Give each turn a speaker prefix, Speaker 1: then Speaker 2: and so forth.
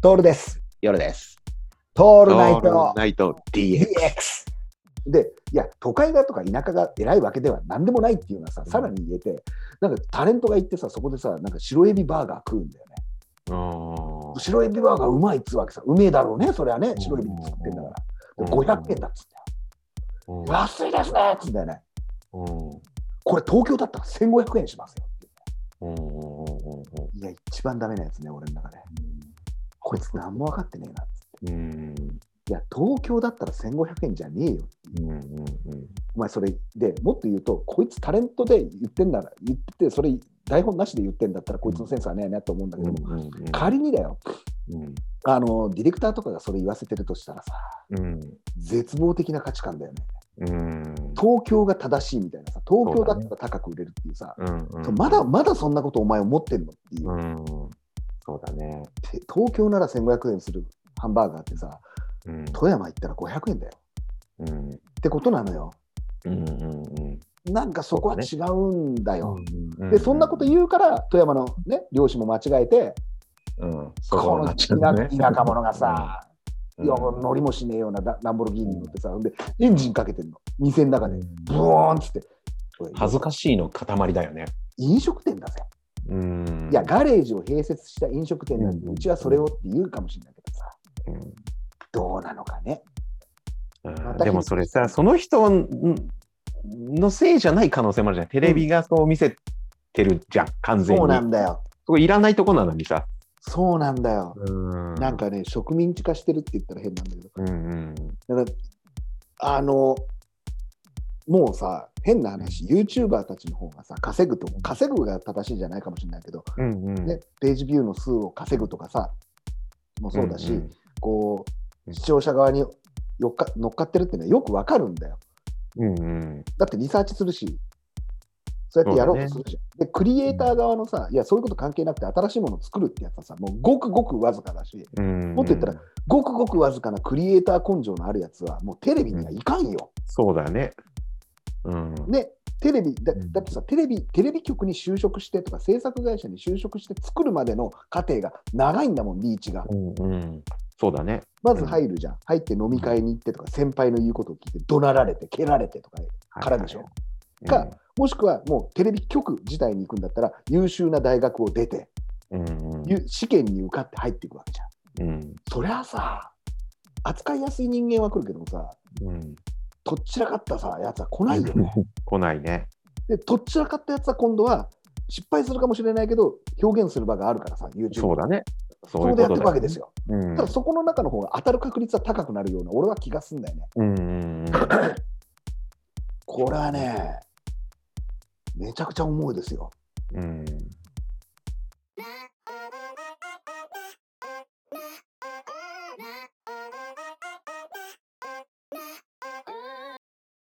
Speaker 1: トールです。
Speaker 2: 夜です。
Speaker 1: ト
Speaker 2: オ
Speaker 1: ールナイト
Speaker 2: ナイト DX。
Speaker 1: DX。で、いや、都会だとか田舎が偉いわけでは何でもないっていうのはさ、さらに言えて、なんかタレントが行ってさ、そこでさ、なんか白エビバーガー食うんだよね。
Speaker 2: あー
Speaker 1: 白エビバーガーうまいっつうわけさ、うめえだろうね、それはね、白エビで作ってんだか
Speaker 2: うん
Speaker 1: ら。で500円だっつって、
Speaker 2: うん
Speaker 1: 安いですねっつってんだよね。
Speaker 2: うん
Speaker 1: これ東京だったら1500円しますよっていう
Speaker 2: うんうんうん
Speaker 1: いや、一番ダメなやつね、俺の中で。こいつ何も分かってねえなっつって。
Speaker 2: うん
Speaker 1: いや、東京だったら1500円じゃねえよ
Speaker 2: うんうんうん
Speaker 1: お前それでもっと言うとこいつタレントで言ってんなら言っててそれ台本なしで言ってんだったらこいつのセンスはねえなと思うんだけども、
Speaker 2: うんうんうん
Speaker 1: 仮にだよ
Speaker 2: うん
Speaker 1: あのディレクターとかがそれ言わせてるとしたらさ
Speaker 2: うん
Speaker 1: 絶望的な価値観だよね
Speaker 2: うん
Speaker 1: 東京が正しいみたいなさ東京だったら高く売れるっていうさ
Speaker 2: うんうん
Speaker 1: そうまだまだそんなことお前思ってんのっていう、
Speaker 2: うんそうだね
Speaker 1: て東京なら1500円するハンバーガーってさ
Speaker 2: うん
Speaker 1: 富山行ったら500円だよ
Speaker 2: うん
Speaker 1: ってことなのよ
Speaker 2: うんうんうん
Speaker 1: なんかそこは違うんだよ、
Speaker 2: うん
Speaker 1: でそんなこと言うから富山のね漁師も間違えて
Speaker 2: うん
Speaker 1: こ
Speaker 2: そう
Speaker 1: の
Speaker 2: な
Speaker 1: 田
Speaker 2: っちゃうね
Speaker 1: 田舎者がさ、
Speaker 2: うん
Speaker 1: よ乗りもしねえようなラランボルギーニに乗ってさ、ほんでエンジンかけてんの、店の中で、ブオーンっつって、おい
Speaker 2: 恥ずかしいの塊だよね
Speaker 1: 飲食店だぜ。
Speaker 2: うん
Speaker 1: いや、ガレージを併設した飲食店なんて、
Speaker 2: うん
Speaker 1: うちはそれをって言うかもしれないけどさ、
Speaker 2: うん
Speaker 1: どうなのかね。
Speaker 2: うん
Speaker 1: また
Speaker 2: でもそれさ、その人んのせいじゃない可能性もあるじゃん。テレビがそう見せてるじゃん、完全に。
Speaker 1: そうな
Speaker 2: こ
Speaker 1: んだよ、
Speaker 2: こいらないとこなのにさ。
Speaker 1: そうなんだよ。
Speaker 2: うん
Speaker 1: なんかね、植民地化してるって言ったら変なんだけど、
Speaker 2: うんうん
Speaker 1: だから、あの、もうさ、変な話、YouTuber たちの方がさ、稼ぐと、稼ぐが正しいじゃないかもしれないけど、
Speaker 2: うんうん
Speaker 1: ね、ページビューの数を稼ぐとかさ、もそうだし、
Speaker 2: ん
Speaker 1: こう、
Speaker 2: うん
Speaker 1: 視聴者側によっか乗っかってるってのはよくわかるんだよ。
Speaker 2: うんうん
Speaker 1: だってリサーチするし、そうやってやろうとするじゃん。で、クリエイター側のさ、いや、そういうこと関係なくて、新しいものを作るってやつはさ、もうごくごくわずかだし、
Speaker 2: うん
Speaker 1: もっと言ったら、ごくごくわずかなクリエイター根性のあるやつは、もうテレビにはいかんよ。
Speaker 2: そうだね。うん。
Speaker 1: ね、テレビだ、
Speaker 2: うん
Speaker 1: だってさ、テレビ、テレビ局に就職してとか、制作会社に就職して作るまでの過程が長いんだもん、リーチが。
Speaker 2: うんうんそうだね。
Speaker 1: まず入るじゃん。入って飲み会に行ってとか、先輩の言うことを聞いて、怒鳴られて、蹴られてとかからでしょ。
Speaker 2: はいは
Speaker 1: かもしくは、もうテレビ局自体に行くんだったら、優秀な大学を出て、
Speaker 2: い。うんうん
Speaker 1: ゆ試験に受かって入っていくわけじゃん。
Speaker 2: うん
Speaker 1: そりゃあさ、扱いやすい人間は来るけどもさ、
Speaker 2: うん。
Speaker 1: とっちらかったさ、やつは来ないよね。
Speaker 2: 来ないね。
Speaker 1: で、とっちらかったやつは今度は、失敗するかもしれないけど、表現する場があるからさ、YouTube。
Speaker 2: そうだね。
Speaker 1: そ
Speaker 2: そう
Speaker 1: こ
Speaker 2: いう
Speaker 1: でや
Speaker 2: こ
Speaker 1: って
Speaker 2: と
Speaker 1: いく
Speaker 2: だ
Speaker 1: わけですよ。
Speaker 2: うん
Speaker 1: ただ、そこの中の方が当たる確率は高くなるような、俺は気がすんだよね。
Speaker 2: うんうんうん。
Speaker 1: これはね、めちゃくちゃ重いですよ。
Speaker 2: うん